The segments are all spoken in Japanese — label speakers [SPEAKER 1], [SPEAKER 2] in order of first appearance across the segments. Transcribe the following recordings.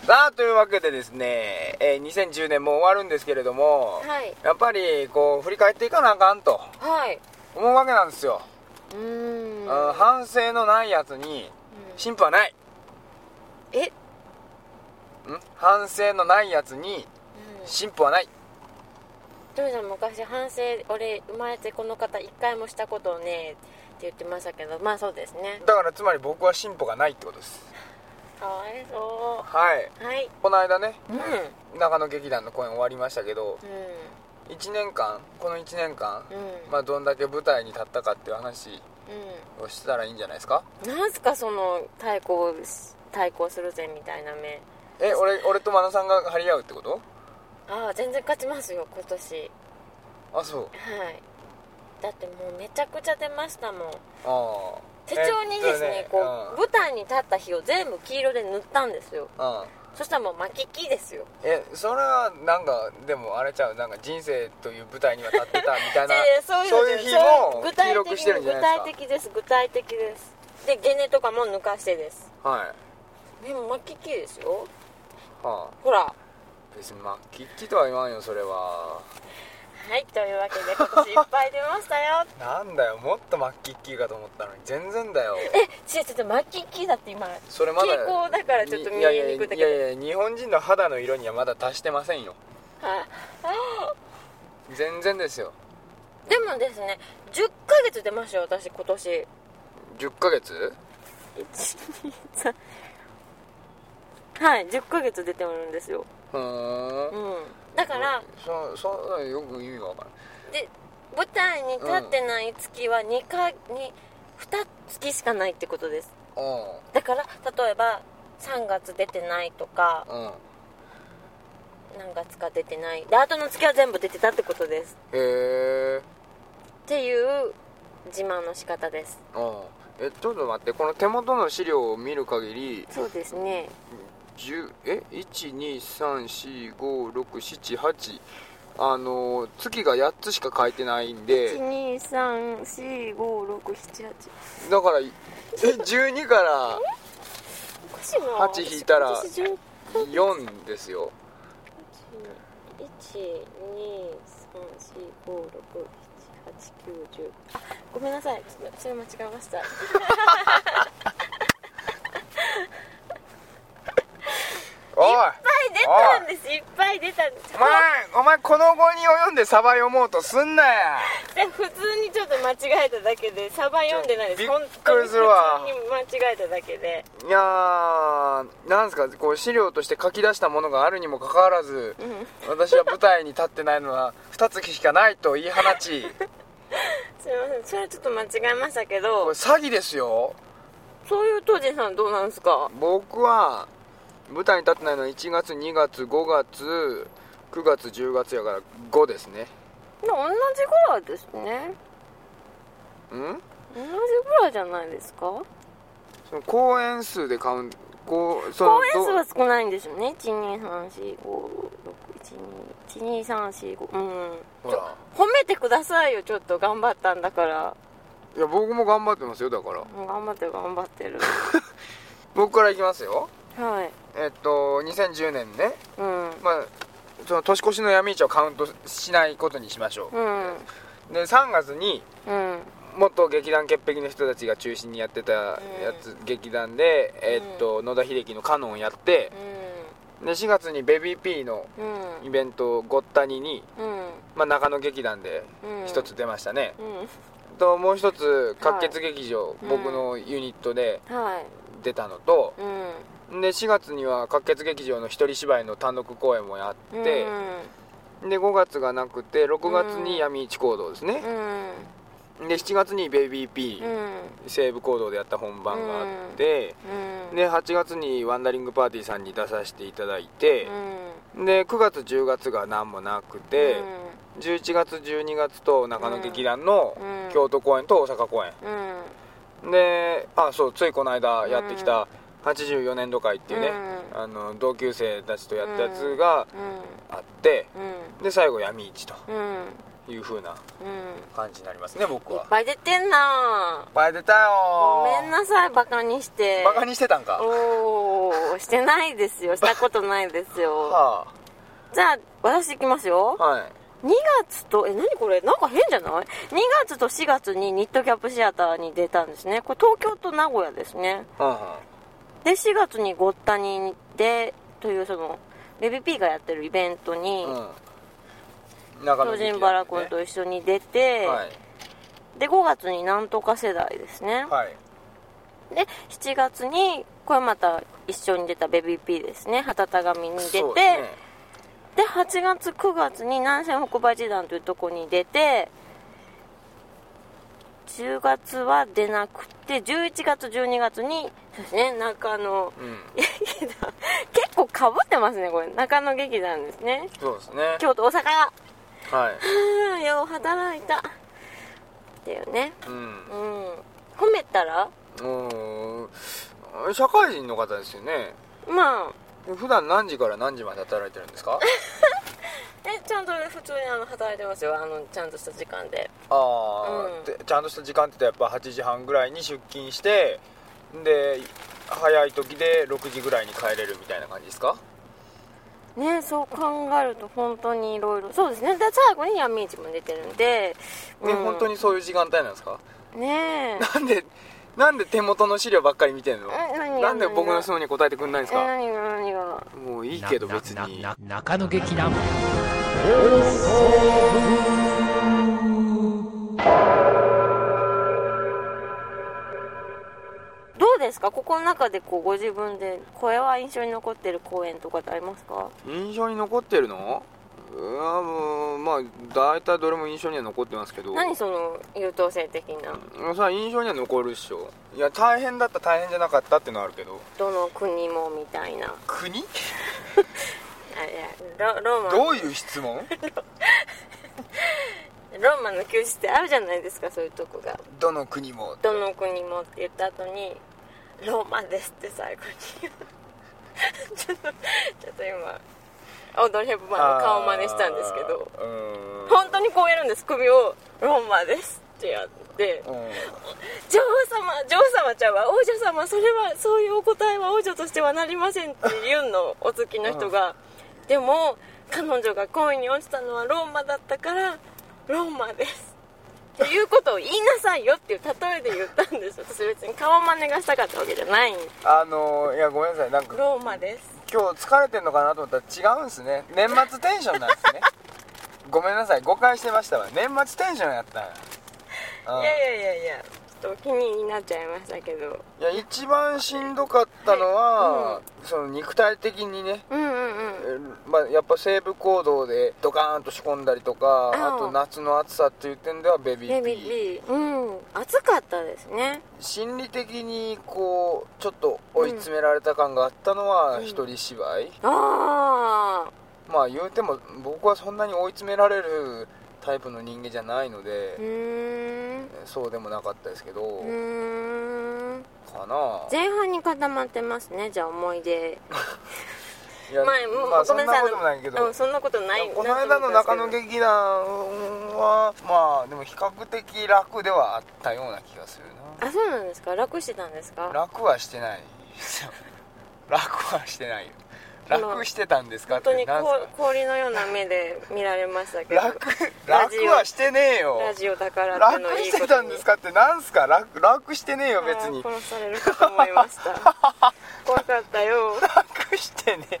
[SPEAKER 1] さあというわけでですね、えー2010年もう終わるんですけれども、
[SPEAKER 2] はい
[SPEAKER 1] やっぱりこう振り返っていかなあかんと
[SPEAKER 2] はい
[SPEAKER 1] 思うわけなんですよ、
[SPEAKER 2] うーん
[SPEAKER 1] あの反省のないやつに
[SPEAKER 2] うん
[SPEAKER 1] 進歩はない
[SPEAKER 2] え、
[SPEAKER 1] ん反省のないやつに
[SPEAKER 2] うん、
[SPEAKER 1] 進歩はない
[SPEAKER 2] トミさん昔反省俺生まれてこの方一回もしたことをねって言ってましたけどまあそうですね
[SPEAKER 1] だからつまり僕は進歩がないってことです
[SPEAKER 2] かわいそ
[SPEAKER 1] はいう
[SPEAKER 2] はい
[SPEAKER 1] この間ね
[SPEAKER 2] うんうん
[SPEAKER 1] 中野劇団の公演終わりましたけど1年間この1年間、
[SPEAKER 2] うん
[SPEAKER 1] まあ、どんだけ舞台に立ったかっていう話をしたらいいんじゃないですか
[SPEAKER 2] うんなんすかその対抗し対抗するぜみたいな目
[SPEAKER 1] え俺俺と真野さんが張り合うってこと
[SPEAKER 2] ああ全然勝ちますよ今年
[SPEAKER 1] あそう
[SPEAKER 2] はいだってもうめちゃくちゃ出ましたもん
[SPEAKER 1] ああ
[SPEAKER 2] 手帳にですね,、
[SPEAKER 1] えっと
[SPEAKER 2] こう、舞台に立った日を全部黄色で塗ったんですよ
[SPEAKER 1] うんうん
[SPEAKER 2] そしたらもう巻き木ですよ
[SPEAKER 1] えそれはなんかでもあれちゃうなんか人生という舞台には立ってたみたい な
[SPEAKER 2] で
[SPEAKER 1] そういう
[SPEAKER 2] の
[SPEAKER 1] 日
[SPEAKER 2] じゃない
[SPEAKER 1] も
[SPEAKER 2] 具
[SPEAKER 1] 記
[SPEAKER 2] 体
[SPEAKER 1] 録
[SPEAKER 2] 的
[SPEAKER 1] してるん
[SPEAKER 2] に
[SPEAKER 1] じ
[SPEAKER 2] 具
[SPEAKER 1] ゃない
[SPEAKER 2] 体
[SPEAKER 1] です
[SPEAKER 2] 的です具体的ですでゲネとかも抜かしてです
[SPEAKER 1] かはい
[SPEAKER 2] でも巻き木ですよ
[SPEAKER 1] は
[SPEAKER 2] ほらは
[SPEAKER 1] あ別にまあきっきとは言わんよそれはい
[SPEAKER 2] というわけで今年いっぱい出ましたよ
[SPEAKER 1] なんだよもっとマッキッキーかと思ったのに全然だよ
[SPEAKER 2] え ちょちょっと巻き木だって今
[SPEAKER 1] それまだ
[SPEAKER 2] 傾向だからちょっと見えにくいんだけど
[SPEAKER 1] いやいやいやいや日本人の肌の色にはまだ達してませんよ
[SPEAKER 2] はい
[SPEAKER 1] 全然ですよ
[SPEAKER 2] でもですね10ヶ月出ましたよ私今 年
[SPEAKER 1] 10ヶ月
[SPEAKER 2] 123はい10ヶ月出てるんですよ
[SPEAKER 1] ふー
[SPEAKER 2] うんんだから
[SPEAKER 1] そそうよく意味がわからない
[SPEAKER 2] で舞台に立ってない月は2か、に2月しかないってことです
[SPEAKER 1] う
[SPEAKER 2] だから例えば3月出てないとか
[SPEAKER 1] んうん
[SPEAKER 2] 何月か出てないで後の月は全部出てたってことです
[SPEAKER 1] へえ
[SPEAKER 2] っていう自慢の仕方です
[SPEAKER 1] うんえちょっと待ってこの手元の資料を見る限り
[SPEAKER 2] そうですね
[SPEAKER 1] 10え1234567あのー月が8つしか書いてないんで
[SPEAKER 2] 12345678
[SPEAKER 1] だからえ12から
[SPEAKER 2] おかしいな
[SPEAKER 1] 八引いたら
[SPEAKER 2] 私順
[SPEAKER 1] 4ですよ
[SPEAKER 2] 12345678910あごめんなさいちょっとそれ間違えました
[SPEAKER 1] おい
[SPEAKER 2] いっぱい出たんですいっぱい出たんです
[SPEAKER 1] お前お前この後に及んでサバ読もうとすんなや
[SPEAKER 2] で普通にちょっと間違えただけでサバ読んでないです
[SPEAKER 1] ちょびっくりするわ
[SPEAKER 2] 本当に普通に間違えただけで
[SPEAKER 1] いやーなんですかこう資料として書き出したものがあるにもかかわらず
[SPEAKER 2] うん
[SPEAKER 1] 私は舞台に立ってないのは2月しかないと言い放 ち
[SPEAKER 2] すいませんそれはちょっと間違えましたけ
[SPEAKER 1] これ
[SPEAKER 2] ど
[SPEAKER 1] 詐欺ですよ
[SPEAKER 2] そういう当時さんどうなんですか
[SPEAKER 1] 僕は舞台に立ってないのは1月2月5月9月10月やから5ですね
[SPEAKER 2] 同じぐらいですね
[SPEAKER 1] うん
[SPEAKER 2] 同じぐらいじゃないですか
[SPEAKER 1] その公演数でカウンこうその
[SPEAKER 2] 公演数
[SPEAKER 1] ど
[SPEAKER 2] は少ないんですよね12345612345うん
[SPEAKER 1] ほら
[SPEAKER 2] 褒めてくださいよちょっと頑張ったんだから
[SPEAKER 1] いや僕も頑張ってますよだから
[SPEAKER 2] うん頑張ってる頑張って る
[SPEAKER 1] 僕からいきますよ
[SPEAKER 2] はい
[SPEAKER 1] えっと2010年ね
[SPEAKER 2] うん
[SPEAKER 1] まあその年越しの闇市をカウントしないことにしましょ
[SPEAKER 2] うん
[SPEAKER 1] うで3月に
[SPEAKER 2] うん
[SPEAKER 1] 元劇団潔癖の人たちが中心にやってたやつ、劇団で、えっと野田秀樹のカノンやってで4月にベビーピーの
[SPEAKER 2] うん
[SPEAKER 1] イベントごったにに、
[SPEAKER 2] うん
[SPEAKER 1] まあ、中野劇団で
[SPEAKER 2] うん
[SPEAKER 1] 一つ出ましたね、
[SPEAKER 2] うん
[SPEAKER 1] ともう一つ「滑血劇場、僕のユニットで
[SPEAKER 2] はい
[SPEAKER 1] 出たのと
[SPEAKER 2] うん
[SPEAKER 1] で4月には滑血劇場の一人芝居の単独公演もやって
[SPEAKER 2] う、
[SPEAKER 1] で5月がなくて6月に闇市行動ですね、
[SPEAKER 2] ん
[SPEAKER 1] で7月に「ベイビーピ
[SPEAKER 2] うんう
[SPEAKER 1] ー
[SPEAKER 2] ん」
[SPEAKER 1] 西武行動でやった本番があって、
[SPEAKER 2] うん
[SPEAKER 1] で8月に「ワンダリングパーティー」さんに出させていただいうて、
[SPEAKER 2] ん
[SPEAKER 1] で9月10月が何もなくて、11月12月と中野劇団の
[SPEAKER 2] うん
[SPEAKER 1] 京都公演と大阪公演
[SPEAKER 2] うんっ
[SPEAKER 1] であそうついこの間やってきた84年度会っていうね、
[SPEAKER 2] うん
[SPEAKER 1] あの同級生たちとやったやつが
[SPEAKER 2] うん
[SPEAKER 1] あって
[SPEAKER 2] うん
[SPEAKER 1] で最後闇市と
[SPEAKER 2] うん
[SPEAKER 1] いう風な
[SPEAKER 2] うん
[SPEAKER 1] 感じになりますね僕
[SPEAKER 2] いっ
[SPEAKER 1] は
[SPEAKER 2] ぱい出てんない
[SPEAKER 1] っぱい出たよ
[SPEAKER 2] ご
[SPEAKER 1] ー
[SPEAKER 2] めんなさいバカにして
[SPEAKER 1] バカにしてたんか
[SPEAKER 2] おーしてないですよしたことないですよ
[SPEAKER 1] は
[SPEAKER 2] じゃあ私いきますよ
[SPEAKER 1] あはい
[SPEAKER 2] 2月とえ何これなんか変じゃない2月と4月にニットキャップシアターに出たんですねこれ東京と名古屋ですね
[SPEAKER 1] うんうん
[SPEAKER 2] で4月にゴッタニでというそのベビーピーがやってるイベントに、
[SPEAKER 1] うん中
[SPEAKER 2] 巨人バラ君
[SPEAKER 1] は
[SPEAKER 2] と一緒に出て、
[SPEAKER 1] い
[SPEAKER 2] で5月になんとか世代ですね、
[SPEAKER 1] はい
[SPEAKER 2] で7月にこれまた一緒に出たベビーピーですね旗たがみに出て、
[SPEAKER 1] そうですね
[SPEAKER 2] で8月9月に南線北馬地団というとこに出て10月は出なくて11月12月にそうですね中野
[SPEAKER 1] うん
[SPEAKER 2] 劇団結構かぶってますねこれ中野劇団ですね
[SPEAKER 1] そう ですね
[SPEAKER 2] 京都大阪
[SPEAKER 1] はい
[SPEAKER 2] あーよう働いたっていうね
[SPEAKER 1] うん
[SPEAKER 2] うん褒めたら
[SPEAKER 1] うーん社会人の方ですよね
[SPEAKER 2] まあ
[SPEAKER 1] 普段何時から何時まで働いてるんです か
[SPEAKER 2] えちゃんと普通にあの働いてますよあのちゃんとした時間で
[SPEAKER 1] ああ、
[SPEAKER 2] うん
[SPEAKER 1] でちゃんとした時間って言ったらやっぱ8時半ぐらいに出勤してで早い時で6時ぐらいに帰れるみたいな感じですか
[SPEAKER 2] ねそう考えると本当にいろいろそうですねで最後に闇市も出てるんで、
[SPEAKER 1] ね、
[SPEAKER 2] うん
[SPEAKER 1] 本当にそういう時間帯なんですか
[SPEAKER 2] ねえ
[SPEAKER 1] なんでなんで手元の資料ばっかり見てんの
[SPEAKER 2] え何が
[SPEAKER 1] なんで僕の質問に答えてくんないんです
[SPEAKER 2] え
[SPEAKER 1] か
[SPEAKER 2] 何が何が
[SPEAKER 1] もういいけど別
[SPEAKER 3] な
[SPEAKER 1] に
[SPEAKER 3] なな中野劇団
[SPEAKER 2] どうですかここの中でこうご自分でこれは印象に残ってる公演とかってありますか
[SPEAKER 1] 印象に残ってるのうわもうまあ大体どれも印象には残ってますけど
[SPEAKER 2] 何その優等生的な
[SPEAKER 1] うんそれは印象には残るっしょいや大変だった大変じゃなかったってのはあるけど
[SPEAKER 2] どの国もみたいな
[SPEAKER 1] 国
[SPEAKER 2] あいやロローマ
[SPEAKER 1] どういう質 問
[SPEAKER 2] ローマの休止ってあるじゃないですかそういうとこが
[SPEAKER 1] どの国も
[SPEAKER 2] どの国もって言った後に「ローマです」って最後に ちょっとちょっと今オードリー・ヘップバーンの顔真似したんですけど
[SPEAKER 1] あーうーん
[SPEAKER 2] 本当にこうやるんです首を「ローマです」ってやって
[SPEAKER 1] うん
[SPEAKER 2] 「女王様女王様ちゃうわ王女様それはそういうお答えは王女としてはなりません」って言うのお付きの人がでも彼女が恋に落ちたのはローマだったから「ローマです」っていうことを言いなさいよっていう例えで言ったんです私別に顔真似がしたかったわけじゃない
[SPEAKER 1] あのーいやごめんなさいなんか
[SPEAKER 2] ローマです
[SPEAKER 1] 今日疲れてんのかなと思ったら違うんすね年末テンションなんですね ごめんなさい誤解してましたわ年末テンションやったんやうん
[SPEAKER 2] いやいやいやいやちょっと気になっちゃいましたけど
[SPEAKER 1] いや一番しんどかったのは、
[SPEAKER 2] は
[SPEAKER 1] その肉体的にね、
[SPEAKER 2] うんうんうん
[SPEAKER 1] えーまあ、やっぱ西部行動でドカーンと仕込んだりとか
[SPEAKER 2] うん
[SPEAKER 1] あと夏の暑さっていう点ではベビ
[SPEAKER 2] ベ
[SPEAKER 1] ー
[SPEAKER 2] ビ
[SPEAKER 1] ピ
[SPEAKER 2] ー
[SPEAKER 1] ー
[SPEAKER 2] ビーうん暑かったですね
[SPEAKER 1] 心理的にこうちょっと追い詰められた感があったのは
[SPEAKER 2] うん
[SPEAKER 1] 一人芝居、
[SPEAKER 2] あ
[SPEAKER 1] まあ言うても僕はそんなに追い詰められるタイプの人間じゃないので
[SPEAKER 2] あう、ーん
[SPEAKER 1] そうでもなかったですけど、
[SPEAKER 2] うーん
[SPEAKER 1] かな
[SPEAKER 2] 前半に固まってますねじゃあ思い出
[SPEAKER 1] いや
[SPEAKER 2] 前もう
[SPEAKER 1] まあ
[SPEAKER 2] ご
[SPEAKER 1] そん
[SPEAKER 2] め
[SPEAKER 1] なん
[SPEAKER 2] なさ
[SPEAKER 1] こ
[SPEAKER 2] い
[SPEAKER 1] ともないけど、
[SPEAKER 2] うんそんなことない
[SPEAKER 1] この間の中野
[SPEAKER 2] なんと思ったんです
[SPEAKER 1] 劇団はまあでも比較的楽ではあったような気がする
[SPEAKER 2] けどあそうなんですか楽してたんです
[SPEAKER 1] な
[SPEAKER 2] か
[SPEAKER 1] 楽はしてないですよ 楽はしてないよ楽してたんですかっ
[SPEAKER 2] 本
[SPEAKER 1] て
[SPEAKER 2] 当に
[SPEAKER 1] なん
[SPEAKER 2] こ
[SPEAKER 1] す
[SPEAKER 2] 氷のような目で見られましたけ
[SPEAKER 1] か
[SPEAKER 2] ど
[SPEAKER 1] 楽
[SPEAKER 2] ラジオ
[SPEAKER 1] 楽はしてねえよ
[SPEAKER 2] ラジオだからって
[SPEAKER 1] 楽
[SPEAKER 2] のをいい
[SPEAKER 1] し
[SPEAKER 2] こと
[SPEAKER 1] て
[SPEAKER 2] に
[SPEAKER 1] たんですかってなんすか楽楽してねえ
[SPEAKER 2] あ
[SPEAKER 1] よ
[SPEAKER 2] ー
[SPEAKER 1] 別に
[SPEAKER 2] 殺されるかと思いました 怖かったよ
[SPEAKER 1] 楽してねえ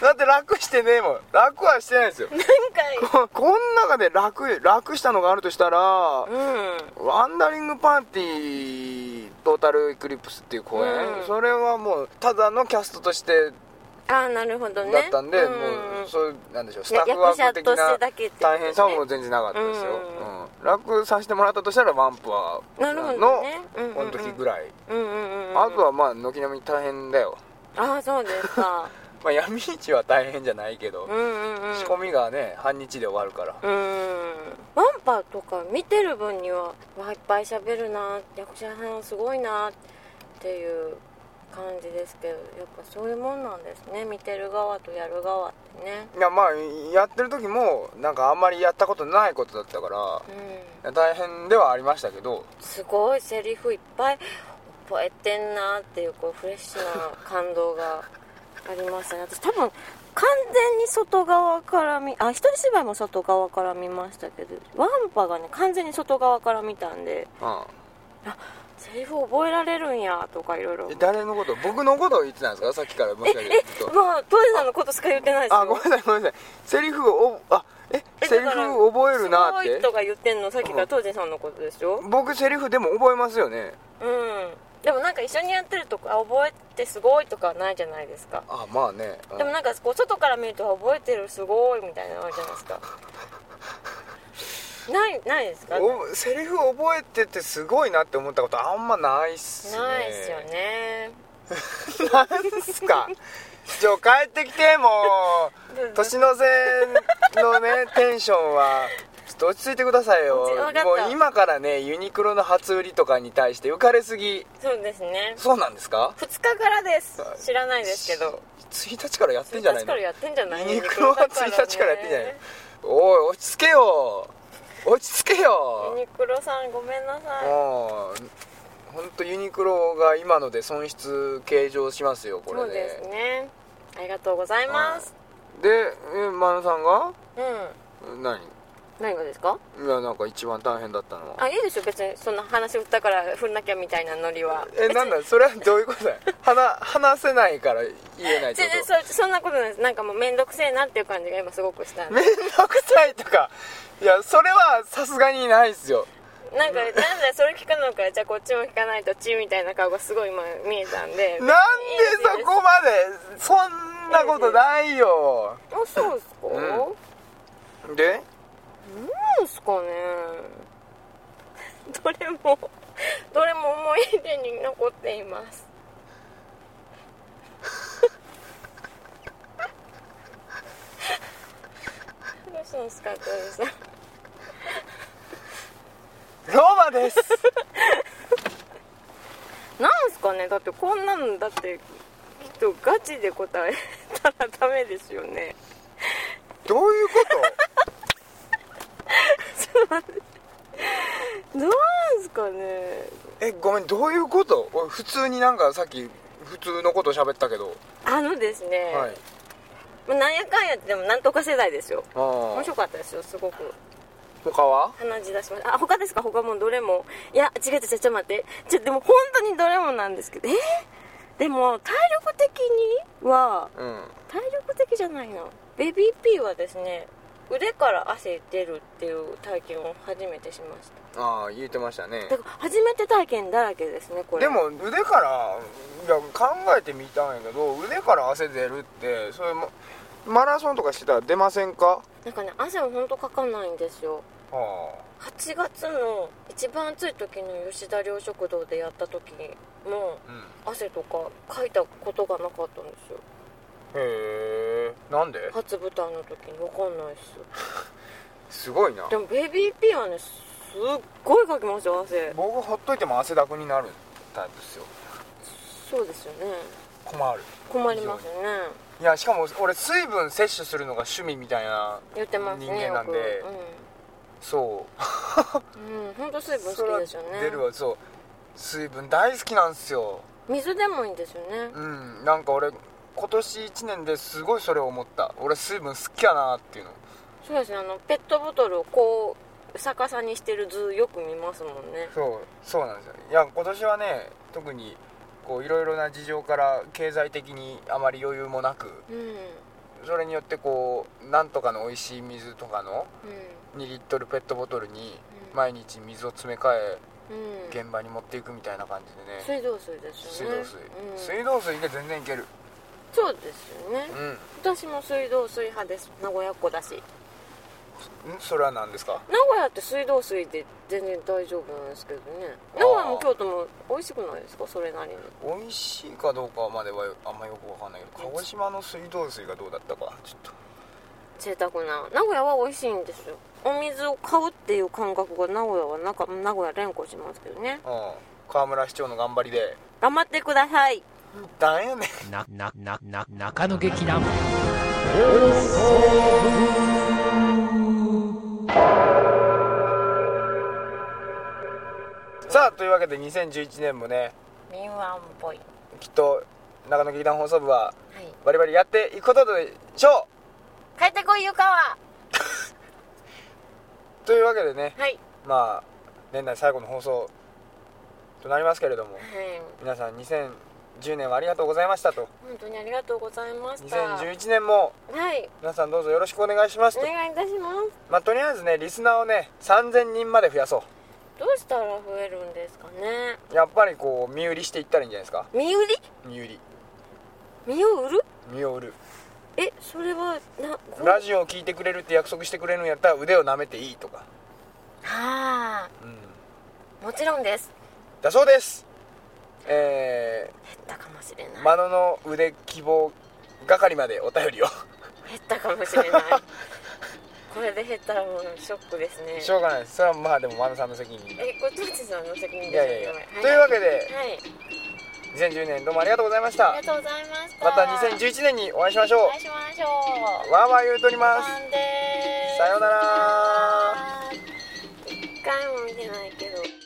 [SPEAKER 1] だって楽してねえもん楽はしてないですよ
[SPEAKER 2] 何回
[SPEAKER 1] ここん中で楽楽したのがあるとしたら、
[SPEAKER 2] うん
[SPEAKER 1] ワンダリングパーティートータルエクリプスっていう公演、
[SPEAKER 2] うん
[SPEAKER 1] それはもうただのキャストとして
[SPEAKER 2] ああなるほどね
[SPEAKER 1] だったんで、
[SPEAKER 2] ん
[SPEAKER 1] もうそういうなんでしょうス
[SPEAKER 2] や
[SPEAKER 1] タッフワーク的
[SPEAKER 2] 役者として
[SPEAKER 1] な
[SPEAKER 2] だけってことね
[SPEAKER 1] 大変さはもう全然なかったですよ、
[SPEAKER 2] うん
[SPEAKER 1] うん楽させてもらったとしたらワンパ
[SPEAKER 2] なるほ
[SPEAKER 1] ー
[SPEAKER 2] ど
[SPEAKER 1] の
[SPEAKER 2] ねうんうんうん
[SPEAKER 1] この時ぐらい、
[SPEAKER 2] うんうんうんうん
[SPEAKER 1] あとはまあ軒並み大変だよ、
[SPEAKER 2] ああそうですか
[SPEAKER 1] まあ、闇市は大変じゃないけど、
[SPEAKER 2] うんうんうん
[SPEAKER 1] 仕込みがね半日で終わるから、
[SPEAKER 2] うんワンパとか見てる分にはわいっぱい喋るな役者さんすごいなっていう感じですけどやっぱそういうもんなんですね見てる側とやる側ってね
[SPEAKER 1] いやまあやってる時もなんかあんまりやったことないことだったから
[SPEAKER 2] うん
[SPEAKER 1] いや大変ではありましたけど
[SPEAKER 2] すごいセリフいっぱい覚えてんなっていうこうフレッシュな感動がありましたね私多分完全に外側から見あ一人芝居も外側から見ましたけどワンパがね完全に外側から見たんで
[SPEAKER 1] う
[SPEAKER 2] セリフ覚えられるんやとかいろいろ
[SPEAKER 1] んえ誰のこと僕のことを言ってたんですかさっきから申
[SPEAKER 2] え
[SPEAKER 1] し上げてずっと
[SPEAKER 2] まあトイさんのことしか言ってないですよ
[SPEAKER 1] あごめんなさいごめんなさいセリフをおあえ
[SPEAKER 2] え
[SPEAKER 1] セリフ覚えるなっ
[SPEAKER 2] すごい
[SPEAKER 1] て
[SPEAKER 2] とか言ってんのさっきか
[SPEAKER 1] う
[SPEAKER 2] ら
[SPEAKER 1] ん
[SPEAKER 2] 当時さんのことでしょ
[SPEAKER 1] 僕セリフでも覚えますよね
[SPEAKER 2] うんでもなんか一緒にやってるとあ覚えてすごいとかはないじゃないですか
[SPEAKER 1] あまあね、うん
[SPEAKER 2] でもなんかこう外から見るとあ覚えてるすごいみたいなのあるじゃないですかないないですかない
[SPEAKER 1] おセリフ覚えててすごいなって思ったことあんまないっすね
[SPEAKER 2] ですよね
[SPEAKER 1] なんすか ちょ帰ってきてもう年の瀬の ねテンションはちょっと落ち着いてくださいよ
[SPEAKER 2] 落ちわかった
[SPEAKER 1] もう今からねユニクロの初売りとかに対して浮かれすぎ
[SPEAKER 2] そうですね
[SPEAKER 1] そうなんですか
[SPEAKER 2] 2日からです
[SPEAKER 1] はい
[SPEAKER 2] 知らないですけど
[SPEAKER 1] 1日からやってんじゃない
[SPEAKER 2] 1日か
[SPEAKER 1] の
[SPEAKER 2] らやってんじゃない
[SPEAKER 1] ユニクロは1日からやってんじゃないのおい落ち着けよ落ち着け
[SPEAKER 2] ユ
[SPEAKER 1] よ
[SPEAKER 2] ニクロさんごめんなさい
[SPEAKER 1] もう本当ユニクロが今ので損失計上しますよこ
[SPEAKER 2] そ
[SPEAKER 1] れ
[SPEAKER 2] う
[SPEAKER 1] で
[SPEAKER 2] ですねありがとうございます
[SPEAKER 1] でえ真野さんが
[SPEAKER 2] うん
[SPEAKER 1] 何
[SPEAKER 2] 何がですか
[SPEAKER 1] いやなんか一番大変だったのは
[SPEAKER 2] あいいですよ別にそんな話振ったから振んなきゃみたいなノリは
[SPEAKER 1] えなんだそれはどういうことだよ話話せないから言えないって
[SPEAKER 2] 全然
[SPEAKER 1] こ
[SPEAKER 2] そそんなことないですなんかもう面倒くせえなっていう感じが今すごくしたん
[SPEAKER 1] と
[SPEAKER 2] で
[SPEAKER 1] 面倒くさいとかいやそれはさすがにないですよ
[SPEAKER 2] なんかなんだそれ聞くのかじゃあこっちも聞かないとチーみたいな顔がすごい今見えたんで
[SPEAKER 1] なんでそこまでそんなことないよ
[SPEAKER 2] あそうですか、
[SPEAKER 1] ん
[SPEAKER 2] な
[SPEAKER 1] で
[SPEAKER 2] んすかねどれもどれも思い出に残っていますどうしたんですかどうでした
[SPEAKER 1] ローマです
[SPEAKER 2] なんすかねだってこんなのだってきっとガチで答えたらダメですよね
[SPEAKER 1] どういうこと
[SPEAKER 2] なんすかね
[SPEAKER 1] えごめんどういうこと俺普通になんかさっき普通のこと喋ったけど、
[SPEAKER 2] あのですね、
[SPEAKER 1] はい
[SPEAKER 2] まあなんやかんやってでもなんとか世代ですよ
[SPEAKER 1] ああ
[SPEAKER 2] 面白かったですよすごく
[SPEAKER 1] 他は
[SPEAKER 2] 鼻血出しましたあ他ですか他もどれもいや違う違う違うちょっと待ってちょでも本当にどれもなんですけどえーでも体力的には
[SPEAKER 1] うん
[SPEAKER 2] 体力的じゃないなベビーピーはですね腕から汗出るっていう体験を初めてしました
[SPEAKER 1] ああ言ってましたね
[SPEAKER 2] だから初めて体験だらけですねこれ
[SPEAKER 1] でも腕からいや考えてみたんやけど腕から汗出るってそれもマラソンとかしてたら出ませんか
[SPEAKER 2] なんかね汗は本当かかないんですよ
[SPEAKER 1] は
[SPEAKER 2] 8月の一番暑い時の吉田寮食堂でやった時も
[SPEAKER 1] あ、うん、
[SPEAKER 2] 汗とかかいたことがなかったんですよ
[SPEAKER 1] へえなんで
[SPEAKER 2] 初舞台の時に分かんないっす
[SPEAKER 1] すごいな
[SPEAKER 2] でもベビーピーはねすっごいかきますよ汗
[SPEAKER 1] 僕ほっといても汗だくになるタイプですよ
[SPEAKER 2] そうですよね
[SPEAKER 1] 困る
[SPEAKER 2] 困りますね
[SPEAKER 1] いやしかも俺水分摂取するのが趣味みたいな
[SPEAKER 2] 言ってますね
[SPEAKER 1] 人間なんで
[SPEAKER 2] よ
[SPEAKER 1] そう
[SPEAKER 2] くうん、うん、本当水分
[SPEAKER 1] それ
[SPEAKER 2] 好き
[SPEAKER 1] は
[SPEAKER 2] ですよね
[SPEAKER 1] 出るわそう水分大好きなんですよ
[SPEAKER 2] 水でもいいんですよね
[SPEAKER 1] うんなんか俺今年1年ですごいそれを思った俺水分好きやなっていうの
[SPEAKER 2] そうですねあのペットボトルをこう逆さにしてる図よく見ますもんね
[SPEAKER 1] そうそうなんですよいや今年はね特にこういろいろな事情から経済的にあまり余裕もなく
[SPEAKER 2] うんうん
[SPEAKER 1] それによってこうなんとかの美味しい水とかの2リットルペットボトルに
[SPEAKER 2] うん
[SPEAKER 1] 毎日水を詰め替え
[SPEAKER 2] うん
[SPEAKER 1] 現場に持っていくみたいな感じでね
[SPEAKER 2] 水道水です
[SPEAKER 1] 水
[SPEAKER 2] よね
[SPEAKER 1] 道水、水
[SPEAKER 2] うん、
[SPEAKER 1] 道水で全然いける
[SPEAKER 2] そうですよね
[SPEAKER 1] うんん
[SPEAKER 2] 私も水道水派です名古屋っ子だし
[SPEAKER 1] それは何ですか
[SPEAKER 2] 名古屋って水道水で全然大丈夫なんですけどね
[SPEAKER 1] あー
[SPEAKER 2] 名古屋も京都も美味しくないですかそれなりに
[SPEAKER 1] 美味しいかどうかまではあんまよくわかんないけど鹿児島の水道水がどうだったかちょっと
[SPEAKER 2] 贅沢な名古屋は美味しいんですよお水を買うっていう感覚が名古屋はなんか名古屋連呼しますけどね
[SPEAKER 1] うん河村市長の頑張りで
[SPEAKER 2] 頑張ってください
[SPEAKER 1] なんやねん
[SPEAKER 3] な、な、な、な、中野劇団。
[SPEAKER 1] さあというわけで2011年もね
[SPEAKER 2] 敏腕っぽい
[SPEAKER 1] きっと中野劇団放送部は
[SPEAKER 2] はい
[SPEAKER 1] バリバリやっていくことでしょ
[SPEAKER 2] 帰ってこい湯川
[SPEAKER 1] うというわけでね
[SPEAKER 2] はい、
[SPEAKER 1] まあ年内最後の放送となりますけれども
[SPEAKER 2] はい、
[SPEAKER 1] 皆さん2010年はありがとうございましたと
[SPEAKER 2] 本当にありがとうございましたはい
[SPEAKER 1] 2011年も皆さんどうぞよろしくお願いします
[SPEAKER 2] お
[SPEAKER 1] と、
[SPEAKER 2] 願いいたします
[SPEAKER 1] まあ、とりあえずねリスナーをね3000人まで増やそ
[SPEAKER 2] どうしたら増えるんですかね
[SPEAKER 1] うやっぱりこう身売りしていったらいいんじゃないですか
[SPEAKER 2] 身売り
[SPEAKER 1] 身売り
[SPEAKER 2] 身を売る
[SPEAKER 1] 身を売る
[SPEAKER 2] えそれはなこ
[SPEAKER 1] ラジオを聞いてくれるって約束してくれるんやったら腕を舐めていいとか、
[SPEAKER 2] はあ
[SPEAKER 1] うん、
[SPEAKER 2] もちろんです
[SPEAKER 1] だそうですえ
[SPEAKER 2] 減ったかもしれない、
[SPEAKER 1] ー、マノの腕希望係までお便りを
[SPEAKER 2] 減ったかもしれない これで減ったらもうショックですね
[SPEAKER 1] しょうがないですそれはまあでもマノさんの責任
[SPEAKER 2] えこれトッチさんの責任
[SPEAKER 1] い
[SPEAKER 2] ですよ
[SPEAKER 1] やいやいや
[SPEAKER 2] これ
[SPEAKER 1] とい
[SPEAKER 2] は
[SPEAKER 1] うわけで
[SPEAKER 2] はい
[SPEAKER 1] 2010年どうもありがとうございまし
[SPEAKER 2] あ
[SPEAKER 1] た
[SPEAKER 2] りがとうございました
[SPEAKER 1] また2011年にお会いしましょ
[SPEAKER 2] お会いしましょう
[SPEAKER 1] うわーわー言うとります
[SPEAKER 2] さんです
[SPEAKER 1] さようなら
[SPEAKER 2] 一回も見てないけど